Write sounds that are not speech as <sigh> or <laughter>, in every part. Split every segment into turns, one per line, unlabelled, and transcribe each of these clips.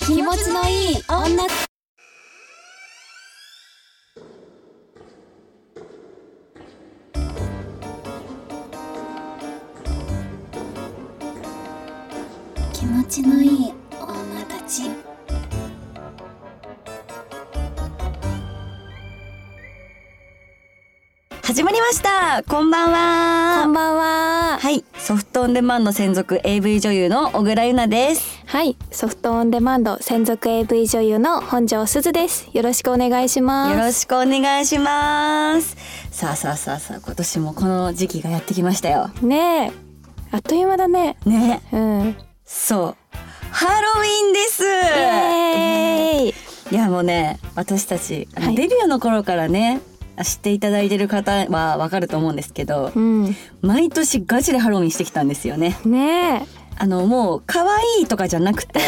気持ちのいい女気持ちのいい女たち
始まりましたこんばんは
こんばんは
はいソフトオンデマンド専属 AV 女優の小倉優奈です
はい、ソフトオンデマンド専属 AV 女優の本庄すずです。よろしくお願いします。
よろしくお願いしますさあさあさあさあ今年もこの時期がやってきましたよ
ねえ、あっという間だね。
ね
うん。イ
そうハロウィンです
エーイ。
いやもうね私たち、あの
はい
デビューの頃からね知っていただいてる方はわかると思うんですけど
うん。
毎年ガチでハロウィンしてきたんですよね
ね
あのもう可愛いとかじゃなく
<laughs>
て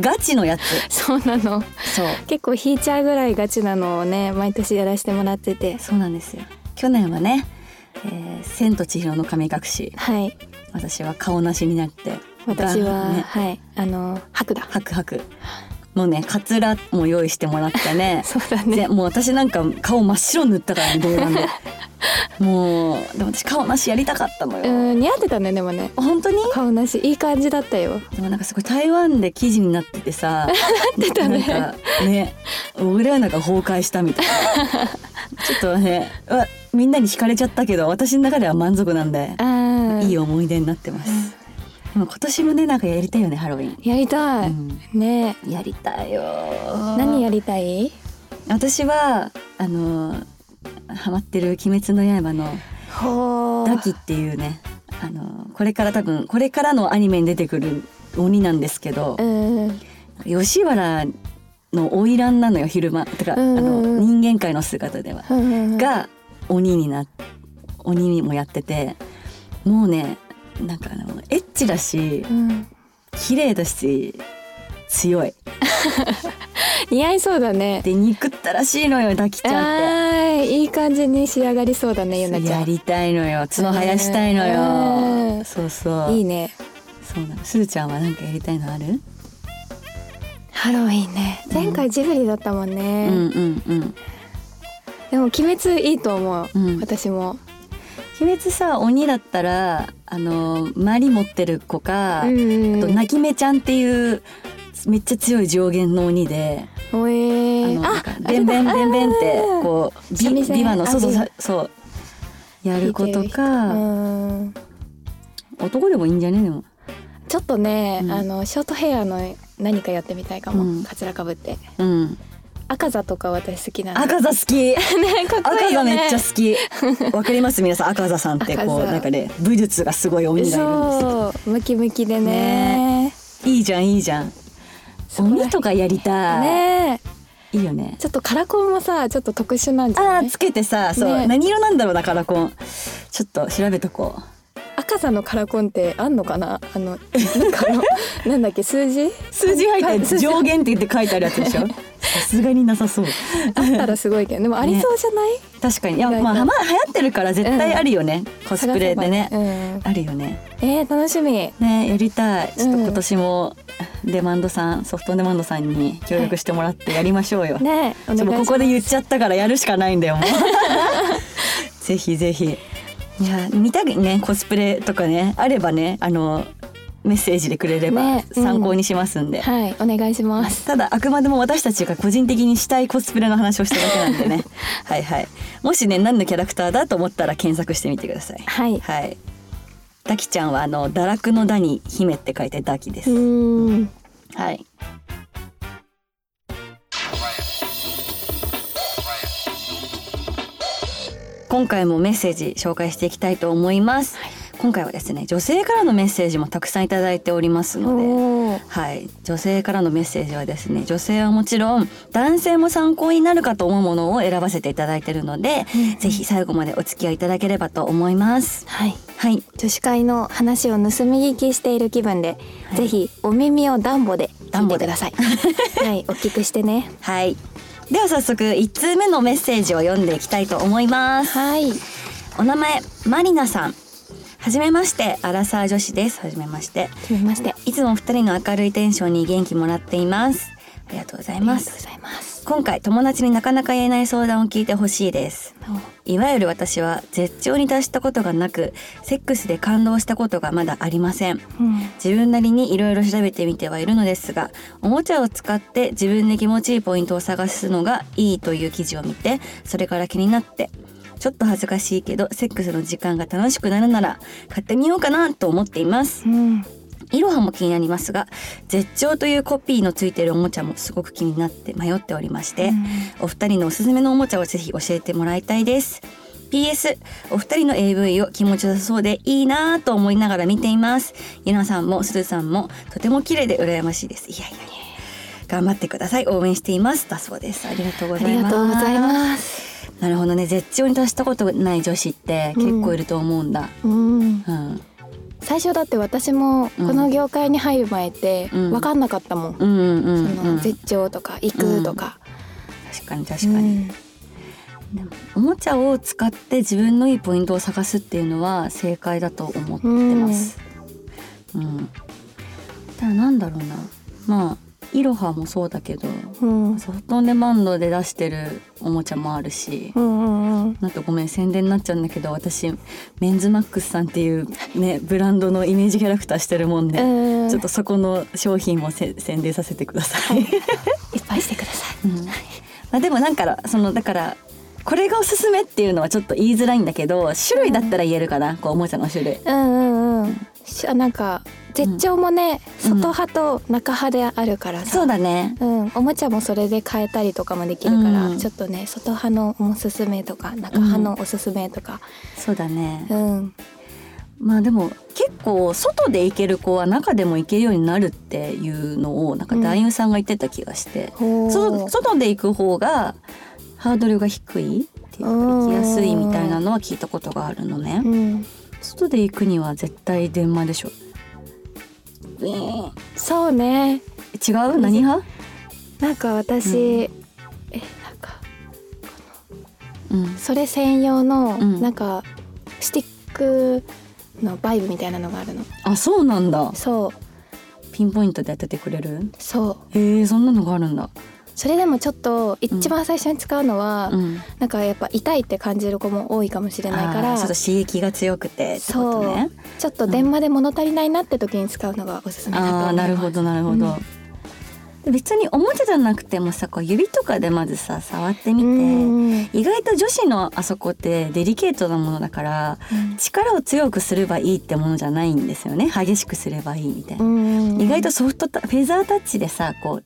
ガチのやつ
え、そうなの。
そう
結構引いちゃうぐらいガチなのをね、毎年やらせてもらってて。
そうなんですよ去年はね、えー千と千尋の神隠し」
はい、
私は顔なしになって
私は、
ね、
はい、あの白だ。
ハクハクのねカツラも用意してもらってね
<laughs> そうだ
で
ね。
もう私なんか顔真っ白塗ったからね動画
<laughs>
でもうでも私顔なしやりたかったの
う
よ、
ん、似合ってたねでもね。
本当に
顔なしいい感じだったよ。
でもなんかすごい台湾で記事になっててさ
っ
な
てたね
なんかね小倉優奈が崩壊したみたいなちょっとねうわみんなに惹かれちゃったけど私の中では満足なんで
ああ、
いい
よ。
思い出になってます。でも今年もねなんかやりたいよねハロウィン。
やりたい。
うん
ね
やりたいよ。
え、何やりたい？
私はあのーハマってる鬼滅の刃の
ほう。
ダキっていうねあのーこれから多分これからのアニメに出てくる鬼なんですけど、
うん。
吉原の花魁なのよ昼間てか、
うんうんうん
あの人間界の姿では、
が
が鬼にな鬼にもやっててもうねなんかあのエッチだし
うん、
綺麗だし強い
似合いそうだね。
で憎ったらしいのよ抱きち
あ
ゃんって
ーいい感じに仕上がりそうだねゆなちゃ
や
ん。
りたいのよ角生やしたいのよ、
うん
そうそう
いいね。
そうなのすずちゃんはなんかやりたいのある、
ハロウィンね。
うん
前回ジブリだったもんね。
うんうんうん
でも鬼滅いいと思う。
うん
私も。
鬼滅さ鬼だったらあのマリ持ってる子か、
うんうん
あ
う
と
ん。
泣き目ちゃんっていうめっちゃ強い上限の鬼で、
おえ
あ
ー
のなん
あ
かベンベンベンベンってこうビ
三味線
ビワの
あ
そうそう
ビワ
そうやる子と
う
か、
ん。
男でもいいんじゃねでも
ちょっとね、
うん
あのショートヘアの何かやってみたいかも。
うん
カツラかぶって。
うん
赤座とか私好きなんで。
赤座好
<laughs>
き
ねかっこい
赤
いよ
座
ね。
めっちゃ好き。わかります皆さん赤座さんってこう
赤座
なんかね武術がすごい鬼がいるんで
そうムキムキでね。
す。いいじゃんいいじゃん。
すごい
鬼とかやりたい。
ねえ。
いいよね。
ちょっとカラコンもさちょっと特殊なんじゃ
あ
な
あ
い
つけてさそう、
ね
何色なんだろうなカラコン。ちょっと調べとこ
赤さのカラコンってあんのかなあのなんかあ
<laughs>
のなんだっけ数字
う。数字入ってる上限って言って書いてあるやつでしょ。さすがになさそう。
あったらすごいけどでもありそうじゃない、
確かにいや
意外と
まあはま流行ってるから絶対あるよね、コスプレでね
探。せばね
あるよね。
うん、えー、楽しみ
ねやりたい。ちょっと
うん
今年もデマンドさんソフトデマンドさんに協力してもらってやりましょうよ。
ねえお
ちょっと
願い
こ
しま
こ
す
で言っちゃったからやるしかないんだよもう
<laughs>
ぜひぜひいや見たいねコスプレとかねあればねあのメッセージでくれれば
ねうん
参考にしますんで、
はいお願いします
ただあくまでも私たちが個人的にしたいコスプレの話をしただけなんでねはいはいもしね何のキャラクターだと思ったら検索してみてください
はい
はいダキちゃんはあの堕落のダに姫って書いてダキで
う
す、
ーん
はい今回もメッセージ紹介していきたいと思います、今回はですね女性からのメッセージもたくさんいただいておりますので
おー
はい女性からのメッセージはですね女性はもちろん男性も参考になるかと思うものを選ばせていただいているので、ぜひ最後までお付き合いいただければと思います
はい
はい
女子会の話を盗み聞きしている気分で、
はい
ぜひお耳をダンボで聞いてください
暖
はい大きくしてね
はいでは早速1通目のメッセージを読んでいきたいと思います
はい
お名前マリナさんはじめましてアラサー女子ですはじめまして
決めまして
いつもお二人の明るいテンションに元気もらっていますありがとうござい
あり
ま
がとうご
す
ざいます。
今回友達になかなか言えない相談を聞いてほしいですいわゆる私は絶頂に達したことがなくセックスで感動したことがまだありません
うん
自分なりにいろいろ調べてみてはいるのですがおもちゃを使って自分で気持ちいいポイントを探すのがいいという記事を見てそれから気になってちょっと恥ずかしいけどセックスの時間が楽しくなるなら買ってみようかなと思っています
うん
イロハも気になりますが絶頂というコピーのついているおもちゃもすごく気になって迷っておりまして、お二人のおすすめのおもちゃをぜひ教えてもらいたいです。PS お二人の AV を気持ちよさそうでいいなぁと思いながら見ています。ゆなさんもすずさんもとても綺麗で羨ましいです。いやいやいや。頑張ってください。応援しています。だそうです。ありがとうご
あ
ざい
り
ま
が
す。
とうございます。
す。なるほどね。絶頂に達したことない女子って結構いると思うんだ。
うん、
うん。
最初だって私もこの業界に入る前って
うん
分かんなかったもん、
うんうんう
そ
ん、う
の
ん。確
絶頂とか行くとか、
かに確かに、でもおもちゃを使って自分のいいポイントを探すっていうのは正解だと思ってます。うん。ただなんだろうな。まあイロハもそうだけど、
うんうん
ソフトオンデマンドで出してるおもちゃもあるし。
うんうん
なんかごめん宣伝になっちゃうんだけど私メンズマックスさんっていうねブランドのイメージキャラクターしてるもんで、
うん
ちょっとそこの商品もせ宣伝させてください、
いっぱいしてください
うんまあ、でもなんかそのだからこれがおすすめっていうのはちょっと言いづらいんだけど種類だったら言えるかな、こうおもちゃの種類
うんうんうんしなんか絶頂もね、
う
外
ん
派と中派であるからさ、
そうだね
うん、おもちゃもそれで変えたりとかもできるから、
うん
ちょっとね外派のおすすめとか中派のおすすめとか、
そうだね、
うん、
まあでも結構外で行ける子は中でも行けるようになるっていうのをなんか男優さんが言ってた気がして、
ほう
外外で行く方がハードルが低いっていうか
うん
行きやすいみたいなのは聞いたことがあるのね、
うん、
外で行くには絶対電話でしょ、えー
そうね
違う何派、
なんか私、えなんか
うん
それ専用の、
うん
なんかスティックのバイブみたいなのがあるの
あそうなんだ
そう
ピンポイントで当ててくれる
そう
えー、そんなのがあるんだ、
それでもちょっと一番最初に使うのは、
ん、
なんかやっぱ痛いって感じる子も多いかもしれないか
あ
ら
ーちょっと刺激が強くてってことね
ちょっと電話で物足りないなって時に使うのがおすすめだと思い
あ
ま
あ
す
なるほどなるほど、別におもちゃじゃなくてもさこう指とかでまずさ触ってみて、
うん
意外と女子のあそこってデリケートなものだから力を強くすればいいってものじゃないんですよね激しくすればいいみたいな、
うん
意外とソフトタフェザータッチでさこう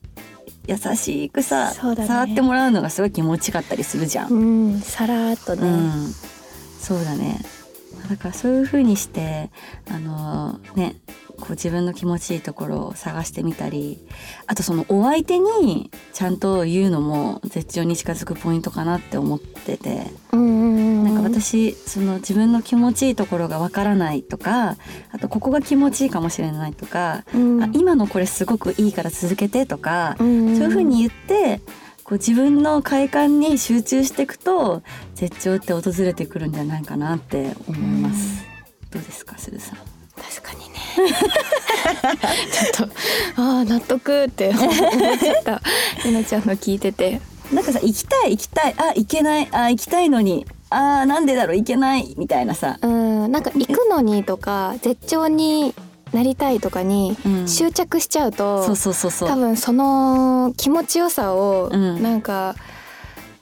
優しくさ、
そうだね
触ってもらうのがすごい気持ちよかったりするじゃん、
うんさらーっとね、
うん、そうだねだからそういう風にしてあのねこう自分の気持ちいいところを探してみたりあとそのお相手にちゃんと言うのも絶頂に近づくポイントかなって思ってて
うんうんうん
なんか私その自分の気持ちいいところがわからないとかあとここが気持ちいいかもしれないとか、
うん
あ今のこれすごくいいから続けてとか、
んん
そういうふうに言ってこう自分の快感に集中していくと絶頂って訪れてくるんじゃないかなって思います。どうですか、すずさん。
確かにねちょっとああ納得って思っちゃったゆなちゃんの聞いてて
なんかさ行きたい行きたいあ行けないあ行きたいのにあーなんでだろう行けないみたいなさ。
うんなんか行くのにとか絶頂になりたいとかに
うん
執着しちゃうと、
そうそうそうそう。
多分その気持ちよさを
うん
なんか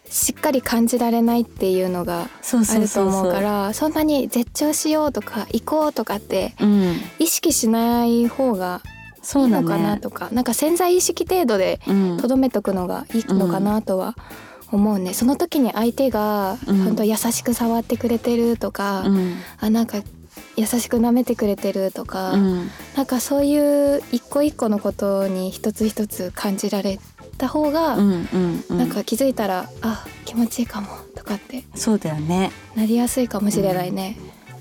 しっかり感じられないっていうのが
そう
あ
そう
ると
そう
思
そうう
からそんなに絶頂しようとか行こうとかって
うん、
意識しない方が
そ
いうい
だ
のか
ね
な。とか、なんか潜在意識程度で
うん
とどめとくのがいいのかなとは思うね、その時に相手が
うん
本当優しく触ってくれてるとか、
うん
あなんか優しく舐めてくれてるとか、
うん
なんかそういう一個一個のことに一つ一つ感じられた方が、
うんうんうん
なんか気づいたらあ気持ちいいかもとかって
そうだよね
なりやすいかもしれないね。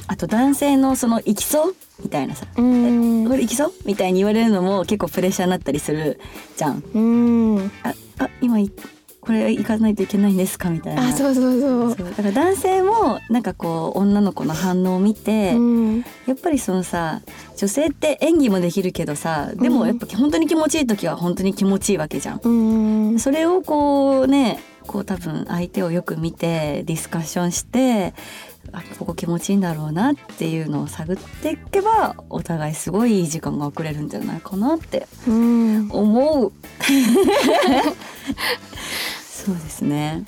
あと男性のその行きそうみたいなさ
うん、
こ
う
れ行きそうみたいに言われるのも結構プレッシャーになったりするじゃん
ん、
ああ今いこれ行かないといけないんですかみたいな
あそうそうそう。
そうだから男性もなんかこう女の子の反応を見て、
うん、
やっぱりそのさ女性って演技もできるけどさでもやっぱ本当に気持ちいい時は本当に気持ちいいわけじゃん。
うん、
それをこうねこう多分相手をよく見てディスカッションしてあここ気持ちいいんだろうなっていうのを探っていけばお互いすごいいい時間が送れるんじゃないかなって
うん、
思う。 <laughs> そうですね、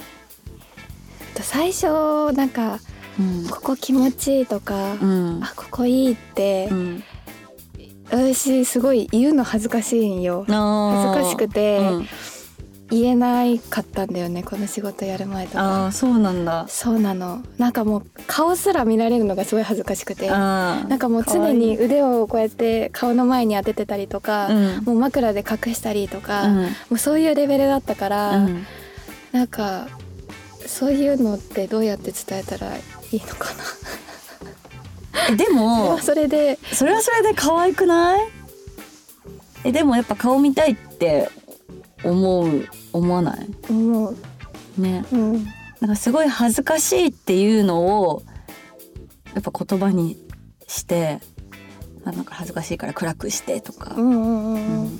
最初なんか
うん
ここ気持ちいいとか、
うん
あここいいって
う、ん、
私すごい言うの恥ずかしいんよ。恥
恥
ずかしくて、言えないかったんだよねこの仕事やる前とか。
ああそうなんだ。
そうなの。なんかもう顔すら見られるのがすごい恥ずかしくて。
あ
なんかもう常に腕をこうやって顔の前に当ててたりとか、
うん
もう枕で隠したりとか、も
ん
うそういうレベルだったから、
うん、
なんかそういうのってどうやって伝えたらいいのかな。
え
そ
で
れ
も
は <laughs> それで
それはそれで可愛くないえでもやっぱ顔見たいって思う思わない
もう、
ね
うん、
なんかすごい恥ずかしいっていうのをやっぱ言葉にして、まあ、なんか恥ずかしいから暗くしてとか、
うんうんう
うんん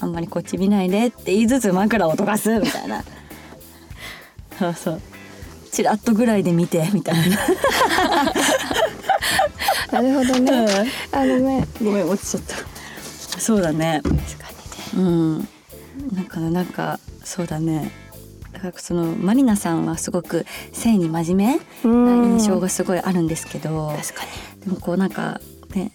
あんまりこっち見ないでって言いつつ枕を溶かすみたいなそうそうチラッとぐらいで見てみたいな、
なるほどね。あのね、
<laughs> ごめん落ちちゃったそうだね
確か
うん、なんかなんかそうだねだからそのマリナさんはすごく性に真面
に
目な
ね。
印象がすごいあるんですけど、
確かに。
でもこうなんかね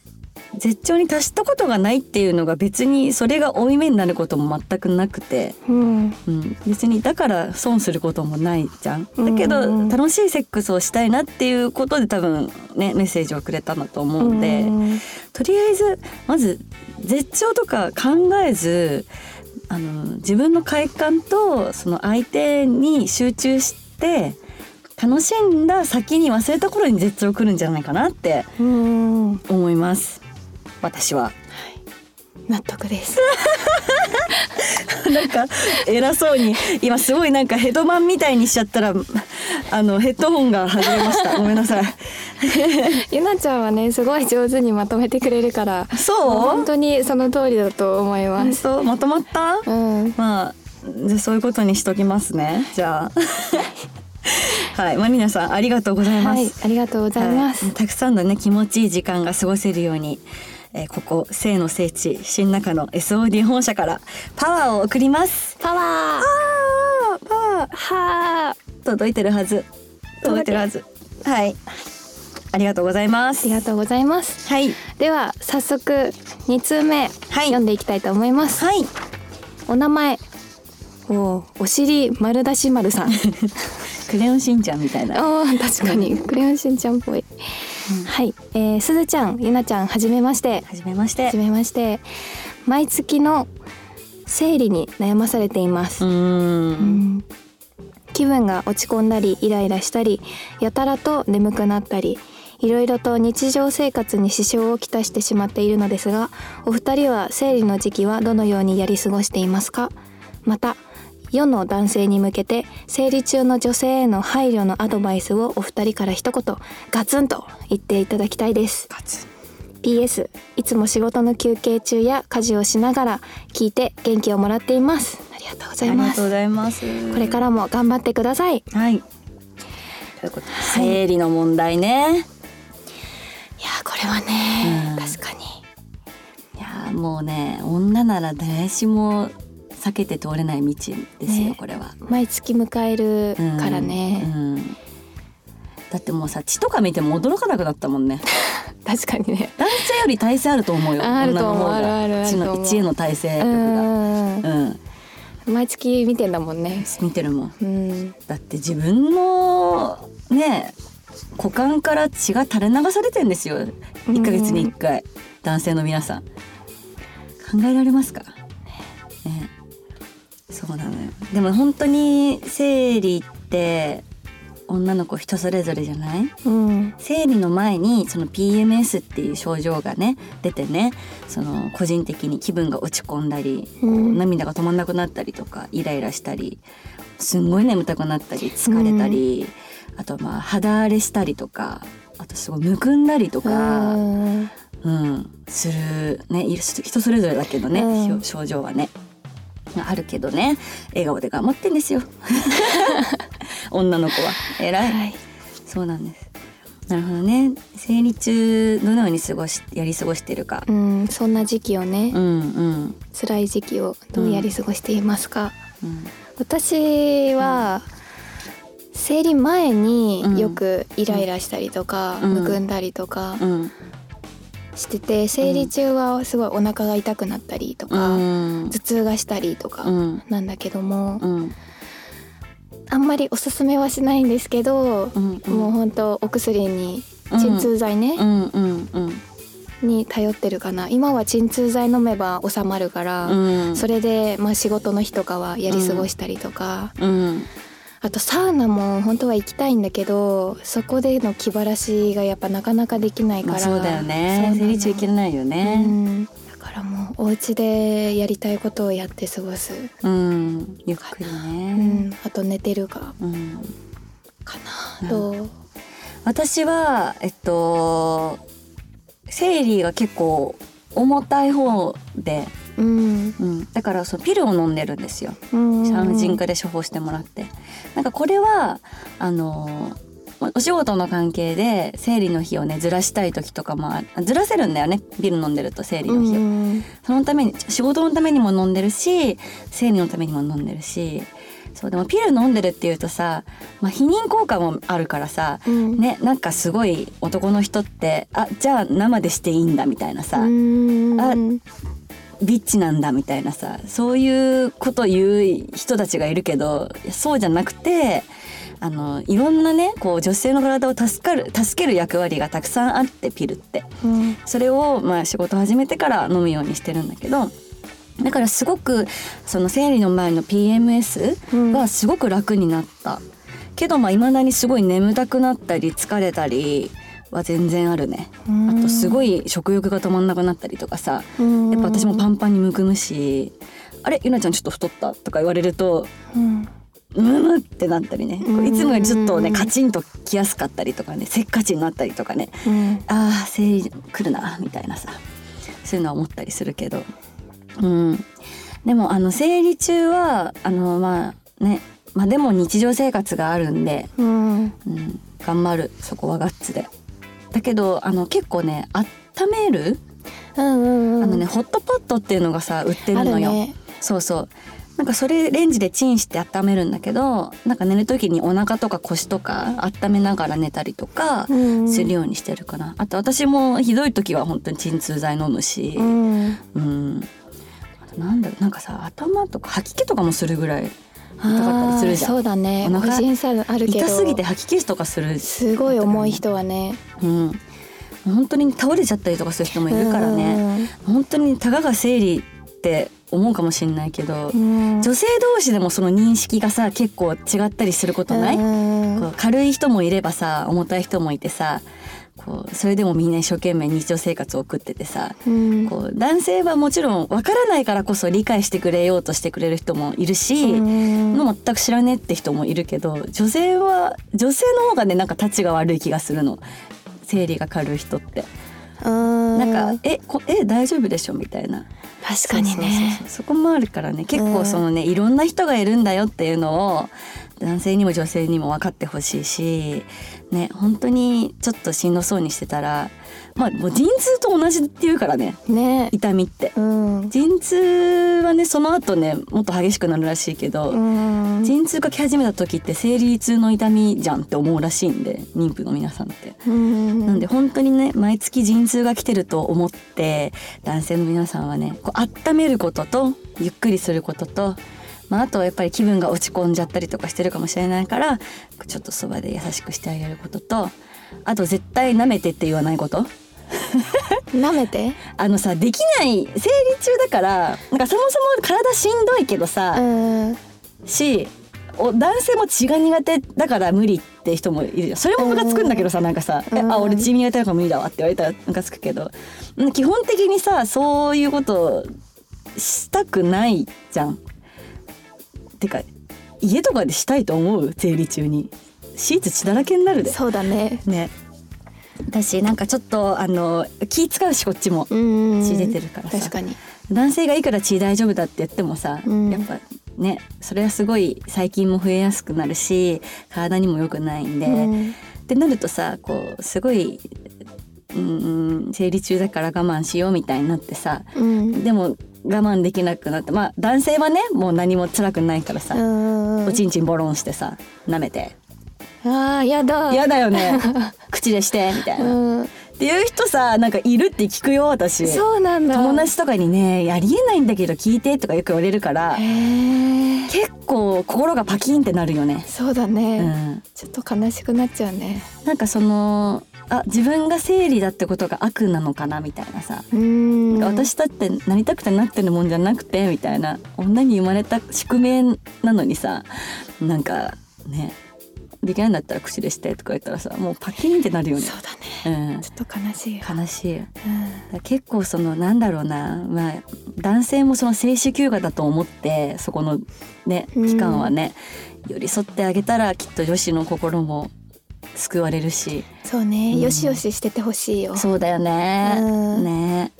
絶頂に達したことがないっていうのが別にそれが負い目になることも全くなくて、
うん、
うん、別にだから損することもないじゃん。だけ
うんう
ど
ん
楽しいセックスをしたいなっていうことで多分ねメッセージをくれたんだと思うんで。
うん
とりあえずまず絶頂とか考えずあの自分の快感とその相手に集中して楽しんだ先に忘れた頃に絶頂来るんじゃないかなって
うん、うん
思います私は
納得です。
なんか偉そうに今すごいなんかヘドマンみたいにしちゃったらあのヘッドホンが外れま
<laughs>
したごめんなさい
ゆなちゃんはね、すごい上手にまとめてくれるから、もう
そう
本当にその通りだと思いま
本
す。
当まとまった
うん。
まあじゃあそういうことにしときますね。じゃ
<laughs>
あはいマリナさんありがとうございます。
はい、ありがとうございます。
はいたくさんのね気持ちいい時間が過ごせるように、えーここ性の聖地新中野 SOD 本社からパワーを送ります。
パワ
あーパワー
ー。はあ。
届いてるはず届いてるはずはいありがとうございま
あ
す
り。がとうございます。
はい
では早速二通目、
はい
読んでいきたいと思います。
はい
お名前。おーお尻丸出し丸さん。
クレヨンしんちゃんみたいな。
おー確かに <laughs> クレヨンしんちゃんっぽい。はい、えー、すずちゃん、ゆなちゃん、はじめまして。
はじめまし
は
て
じ。めまして。毎月の生理に悩まされています。
うー
うんん気分が落ち込んだりイライラしたりやたらと眠くなったりいろいろと日常生活に支障をきたしてしまっているのですがお二人は生理の時期はどのようにやり過ごしていますかまた世の男性に向けて生理中の女性への配慮のアドバイスをお二人から一言ガツンと言っていただきたいです
ガツン
PS いつも仕事の休憩中や家事をしながら聞いて元気をもらっていますありがとうござ
あ
い
り
ま
が
す
とうございます。
これからも頑張ってください。
はい。ということで生理の問題ね。
いやーこれはね、
うん
確かに。
いやーもうね女なら誰しも避けて通れない道ですよ、
ね
これは。
毎月迎える
うん
からね、
うんだってもうさ血とか見ても驚かなくなったもんね。
確かにね。
男性より体勢あると思うよ。
ああると思う
女の方が
あるあるある
血
と
の
思う
血への体勢
う
力が。
ん、
うん。
毎月見てんだもんね。
見てるもん。
うん、
だって自分のね股間から血が垂れ流されてんですよ
うん
1ヶ月に1回、男性の皆さん考えられますか、ね、そうなのよでも本当に生理って女の子人それぞれじゃない
うん
生理の前にその PMS っていう症状がね出てねその個人的に気分が落ち込んだり
うん
涙が止まんなくなったりとかイライラしたりすんごい眠たくなったり疲れたり、あとまあ肌荒れしたりとかあとすごいむくんだりとか、
うん
うん、するねいる人それぞれだけどね、
うん
ひょ症状はねあるけどね笑顔で頑張ってんで
<laughs>
すよ女の子は偉い、
はい
そうなんですなるほどね生理中どのように過ごしやり過ごしてるか、
うんそんな時期をね、
うんうん
辛い時期をどうやり過ごしていますか、
うん
私は生理前によくイライラしたりとか、
うん
むくんだりとか
うん
してて生理中はすごいお腹が痛くなったりと
う
か、
ん
頭痛がしたりとか
うん
なんだけども、
うん
あんまりおすすめはしないんですけど、
うんうん
もうほんとお薬に
うん
鎮痛剤ね
う、んうんうん
に頼ってるかな今は鎮痛剤飲めば収まるから、
うん
それで、まあ、仕事の日とかはやり過ごしたりとか、
うん
あとサウナも本当は行きたいんだけどそこでの気晴らしがやっぱなかなかできないか
ま
ら、
あそうだよ
そうな
ね
の
生理中いけないよ
う
ね
んだからもうお家でやりたいことをやって過ごす、
うん、ゆっくり
う
ね
ん、あと寝てるか
うん、
か
うん
なと、
私はえっと生理が結構重たい方で、
うん
うん、だからそのピルを飲んでるんですよ
うん、
産婦人科で処方してもらってなんかこれはあのおお仕事の関係で生理の日をねずらしたい時とかもあずらせるんだよねビル飲んでると生理の日を、
うん
そのために仕事のためにも飲んでるし生理のためにも飲んでるしそうでもピル飲んでるっていうとさ、まあ、避妊効果もあるからさ
うん、
ねなんかすごい男の人ってあじゃあ生でしていいんだみたいなさ、
うん
あビッチなんだみたいなさそういうこと言う人たちがいるけどいやそうじゃなくてあのいろんなねこう女性の体を助かる助ける役割がたくさんあってピルって
うん
それを、まあ、仕事始めてから飲むようにしてるんだけどだからすごくその生理の前の PMS
うん
がすごく楽になった、けどまあ未だにすごい眠たくなったり疲れたりは全然あるね。あとすごい食欲が止まんなくなったりとかさ、
うん
やっぱ私もパンパンにむくむし「あれゆなちゃんちょっと太った?」とか言われると
うん
「むむ」ってなったりね
うん
いつもよりちょっと
う
ね
ん
カチンときやすかったりとかねせっかちになったりとかね
うん
あー生理来るなみたいなさそういうのは思ったりするけどうんでもあの生理中はあのまあねまあでも日常生活があるんで、
うん
うん、頑張るそこはガッツでだけどあの結構ね温める、
うんうんうん
あのねホットパッドっていうのがさ売ってる
あ
の
る
よ、
ね
そうそうなんかそれレンジでチンして温めるんだけどなんか寝る時にお腹とか腰とか温めながら寝たりとか
うんうん
するようにしてるかな、あと私もひどい時は本当に鎮痛剤飲むし
う、ん
うん、あとなんだろうなんかさ頭とか吐き気とかもするぐらい痛かったりするじゃん
あーそうだね
お
個
腹
人差あるけど
痛すぎて吐き気とかするし、
すごい重い人はね
うん、本当に倒れちゃったりとかする人もいるからね、本当にたかが生理って思うかもしれないけど、
うん
女性同士でもその認識がさ結構違ったりすることない、
うん
こう軽い人もいればさ重たい人もいてさこうそれでもみんな一生懸命日常生活を送っててさ
うん
こう男性はもちろん分からないからこそ理解してくれようとしてくれる人もいるし、
うん
もう全く知らねえって人もいるけど女性は女性の方がねなんか立ちが悪い気がするの生理が軽い人って。
うん
なんか「えこえ大丈夫でしょ」みたいな
確かにね
そうそうそうそうそこもあるからね結構そのね、いろんな人がいるんだよっていうのを男性にも女性にも分かってほしいしね本当にちょっとしんどそうにしてたらまあもう陣痛と同じっていうからね
ね
痛みって
うん
陣痛はねその後ねもっと激しくなるらしいけど、
うん
陣痛がき始めた時って生理痛の痛みじゃんって思うらしいんで妊婦の皆さんって。
うん
なんで本当にね毎月陣痛が来てると思って男性の皆さんはねこう温めることとゆっくりすることと、まあ、あとはやっぱり気分が落ち込んじゃったりとかしてるかもしれないからちょっとそばで優しくしてあげることとあと絶対舐めてって言わないこと
舐めて
あのさできない生理中だからなんかそもそも体しんどいけどさ、
うん
しお男性も血が苦手だから無理って人もいるじゃんそれもムカつくんだけどさなんかさ「え
うん
あ俺血苦手だから無理だわ」って言われたらムカつくけどうん基本的にさそういうことしたくないじゃん。てか家とかでしたいと思う生理中にシーツ血だらけになるで。
そうだね
ね私なんかちょっとあの気使うしこっちも
うん
血出てるからさ
確かに
男性がいくら血大丈夫だって言ってもさ、
うん
やっぱねそれはすごい細菌も増えやすくなるし体にも良くないんで、
うん
ってなるとさこうすごい、うんうん、生理中だから我慢しようみたいになってさ
うん
でも我慢できなくなってまあ男性はねもう何も辛くないからさ、
うん
おちんちんボロンしてさ舐めて
あーや
「
だ
嫌、だ
<laughs>
よね口でして」みたいな、
うん
っていう人さなんかいるって聞くよ私。
そうなんだ
友達とかにね「ありえないんだけど聞いて」とかよく言われるから
へえ
結構心がパキンってなるよね。
そうだ
う
ね、
ん、
ちょっと悲しくなっちゃうね
なんかそのあ自分が生理だってことが悪なのかなみたいなさ、
うん
なんか私だってなりたくてなってるもんじゃなくてみたいな女に生まれた宿命なのにさなんかねできないんだったら口でしてとか言ったらさもうパキンってなるよね
そ。うだね
うん
ちょっと悲しいよ、
悲しいだか
うん
ら結構そのなんだろうな、まあ、男性もその精子休暇だと思ってそこのね
うん
期間はね、寄り添ってあげたらきっと女子の心も救われるし
そうね、
うん
よしよししててほしいよ
そうだよね、
うん
ね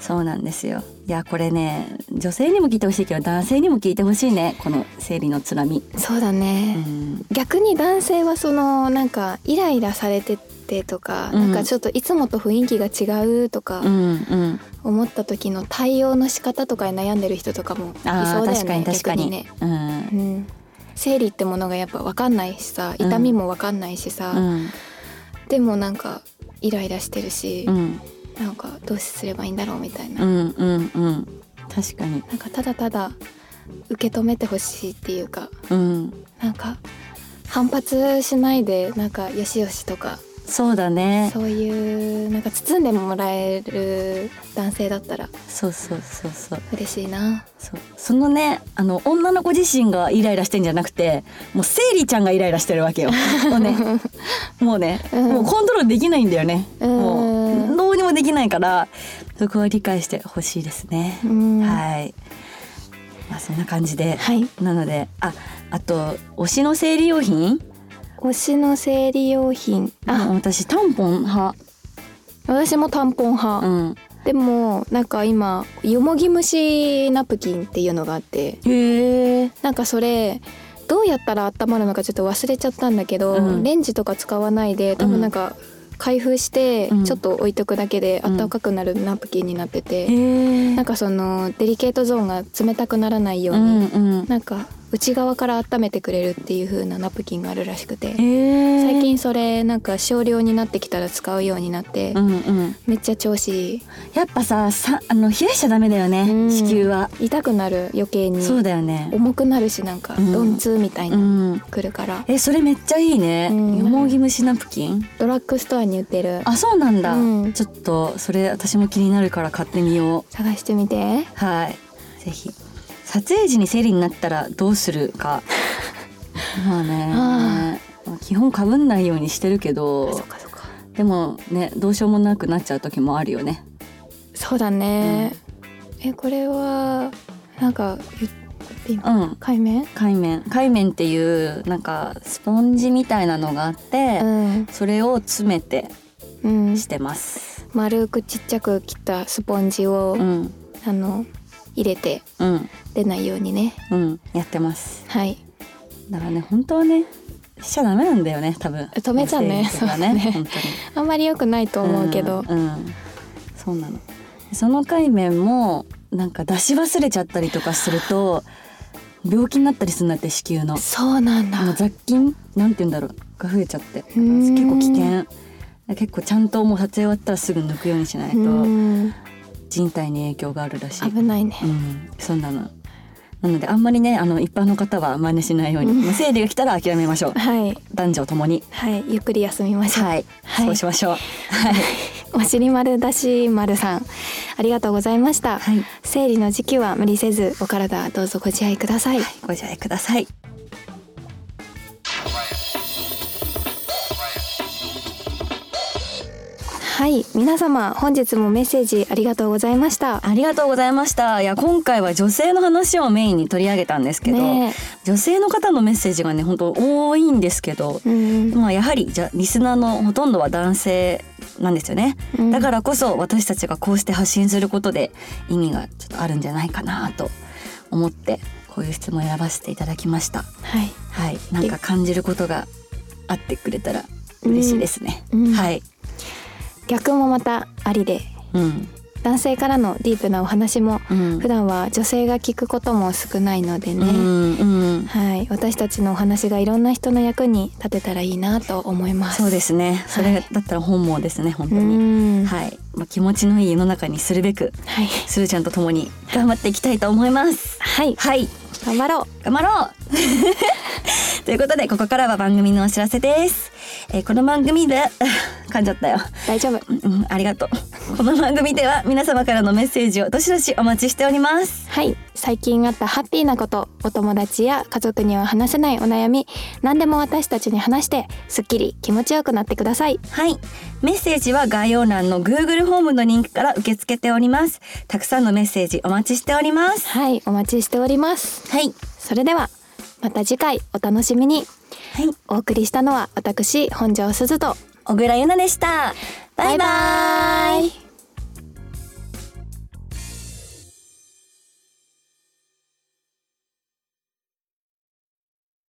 そうなんですよいやこれね女性にも聞いてほしいけど男性にも聞いてほしいねこの生理のつらみ、
そうだ
う
ね、
ん
逆に男性はそのなんかイライラされててとか、
うん
なんかちょっといつもと雰囲気が違うとか
うんうん、
思った時の対応の仕方とかに悩んでる人とかもいそうだ
あ
よ
あ、
ね
確かに確かに
逆ね、
うん
うん、生理ってものがやっぱ分かんないしさ
うん
痛みも分かんないしさ、
うん
でもなんかイライラしてるし
う、ん
なんかどうすればいいんだろうみたいな、
うんうんうん確かに
なんかただただ受け止めてほしいっていうか
うん
なんか反発しないでなんかよしよしとか
そうだね
そういうなんか包んでもらえる男性だったら
そうそうそうそう
嬉しいな
そうそのねあの女の子自身がイライラしてんじゃなくてもう生理ちゃんがイライラしてるわけよもうねもうね、
うん
もうコントロールできないんだよね、
うん
もうどうにもできないからそこは理解してほしいですね、
うんい、
はいまあそんな感じで、
はい、
なのでああと推しの生理用品
推しの生理用品あ、
うん私タンポン派
私もタンポン
う
派、
ん
でもなんか今よもぎ虫ナプキンっていうのがあって
へえ
なんかそれどうやったら温まるのかちょっと忘れちゃったんだけど、
うん
レンジとか使わないで多分なんか開封して
うん
ちょっと置いとくだけで
うん
温かくなるナプキンになってて、
へ
なん
え
かそのデリケートゾーンが冷たくならないよ
う
うに、
んうん
なんか内側から温めてくれるっていう風なナプキンがあるらしくて、
へえ
最近それなんか少量になってきたら使うようになって、
うんうん
めっちゃ調子いい
やっぱささあの冷やしちゃダメだよね、
うん
子宮は
痛くなる余計に
そうだよね。
重くなるしなんか
うん。
鈍痛みたいうなんくるから、
え、それめっちゃいいね。よ
うん
もぎ虫ナプキン。
ドラッグストアに売ってる
あ、そうなんだ。
うん
ちょっとそれ私も気になるから買ってみよ
探してみて
う。はい。ぜひ。撮影時に生理になったらどうするか。
<laughs>
まあね。基本かぶんないようにしてるけど
かそっか
でもねどうしようもなくなっちゃう時もあるよね
そうだね、えこれはなんか言っていいの
うん
海面
海綿海綿っていうなんかスポンジみたいなのがあって、
うん、
それを詰めて
うん、
してます
丸くちっちゃく切ったスポンジを、
うん
あの入れて
うん
出ないようにね
うん、やってます。
はい
だからね、本当はね、しちゃダメなんだよね、多分。
止めちゃうね
生理とか
そうね
本当に。
あんまり良くないと思うけど、
うん、うんそうなの。その海綿も、なんか出し忘れちゃったりとかすると。病気になったりするんだって、子宮の。
そうなんだ
あの雑菌、なんて言うんだろう、が増えちゃって、
ーん
結構危険。結構ちゃんともう撮影終わったらすぐ抜くようにしないうと
ん
人体に影響があるらしい。
危ないね
うん、そんなの。なのであんまりねあの一般の方は真似しないように、
うん
もう生理が来たら諦めましょう <laughs>
はい
男女ともに
はいゆっくり休みましょう、
はい、
はい
そうしましょうはい、
おしり丸だし丸さんありがとうございました、
はい、
生理の時期は無理せずお体どうぞご自愛ください
ご自愛ください
はい皆様本日もメッセージありがとうございました
ありがとうございました。いや今回は女性の話をメインに取り上げたんですけど、
ね
女性の方のメッセージがね本当多いんですけど、
えうん
まあやはりじゃリスナーのほとんどは男性なんですよね。
うん
だからこそ私たちがこうして発信することで意味がちょっとあるんじゃないかなと思ってこういう質問を選ばせていただきました。
はい
はい、なんか感じることがあってくれたら嬉しいですね。
うんうん
はい、
逆もまたありで
うん、
男性からのディープなお話も
うん、
普段は女性が聞くことも少ないのでね、
うん、うん。
はい私たちのお話がいろんな人の役に立てたらいいなと思います
そうですね。それだったら本望ですね、本当に。
んはい、
はい、まあ、気持ちのいい世の中にするべく、
はい
するちゃんと共に頑張っていきたいと思います。
はい、
はい、
頑張ろう
頑張ろう <laughs> ということで、ここからは番組のお知らせです。えーこの番組で、 <laughs> 噛んじゃったよ。
大丈夫
うん、ありがとう。この番組では皆様からのメッセージをどしどしお待ちしております。
はい最近あったハッピーなことお友達や家族には話せないお悩み何でも私たちに話してすっきり気持ちよくなってください
はい。メッセージは概要欄の Google ホームのリンクから受け付けております。たくさんのメッセージお待ちしております。
はいお待ちしております
はい。
それではまた次回お楽しみに
はい。
お送りしたのは私本庄すずと
小倉優奈でした。バイバイ
バイ